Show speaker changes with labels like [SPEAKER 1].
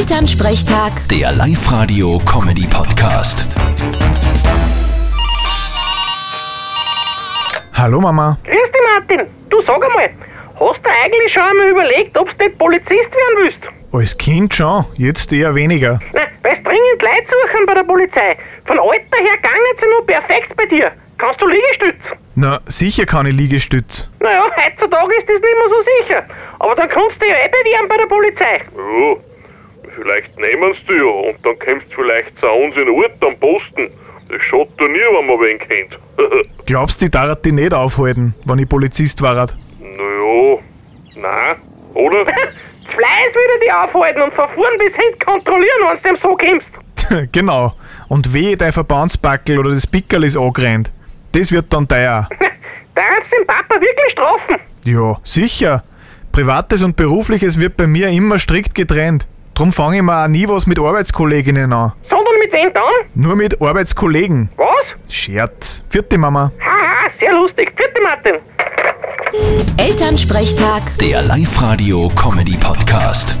[SPEAKER 1] Elternsprechtag,
[SPEAKER 2] Der Live-Radio-Comedy-Podcast.
[SPEAKER 3] Hallo Mama.
[SPEAKER 4] Grüß dich, Martin. Du sag einmal, hast du eigentlich schon einmal überlegt, ob du nicht Polizist werden willst?
[SPEAKER 3] Als Kind schon, jetzt eher weniger.
[SPEAKER 4] Na, weil sie dringend Leute suchen bei der Polizei. Von Alter her gangen sie nur perfekt bei dir. Kannst du Liegestütz?
[SPEAKER 3] Na, sicher keine Liegestütz.
[SPEAKER 4] Naja, heutzutage ist das nicht mehr so sicher. Aber dann kannst du dich ja eh bewerben bei der Polizei.
[SPEAKER 5] Ja, vielleicht nehmen sie ja und dann kommst du vielleicht zu uns in den Ort am Posten. Das schaut dir nie, wenn man wen kennt.
[SPEAKER 3] Glaubst du, ich darf die nicht aufhalten, wenn ich Polizist war?
[SPEAKER 5] naja, nein, oder?
[SPEAKER 4] Das Fleiß würde dich aufhalten und von vorn bis hinten kontrollieren, wenn du dem so kommst.
[SPEAKER 3] genau. Und wehe, dein Verbandspackel oder das Pickerl ist angerannt. Das wird dann teuer.
[SPEAKER 4] Da kannst du den Papa wirklich strafen.
[SPEAKER 3] Ja, sicher. Privates und Berufliches wird bei mir immer strikt getrennt. Drum fange ich mir auch nie was mit Arbeitskolleginnen an.
[SPEAKER 4] Sondern mit wem dann?
[SPEAKER 3] Nur mit Arbeitskollegen.
[SPEAKER 4] Was?
[SPEAKER 3] Scherz. Vierte Mama.
[SPEAKER 4] Haha, sehr lustig. Vierte Martin.
[SPEAKER 1] Elternsprechtag.
[SPEAKER 2] Der Live-Radio-Comedy-Podcast.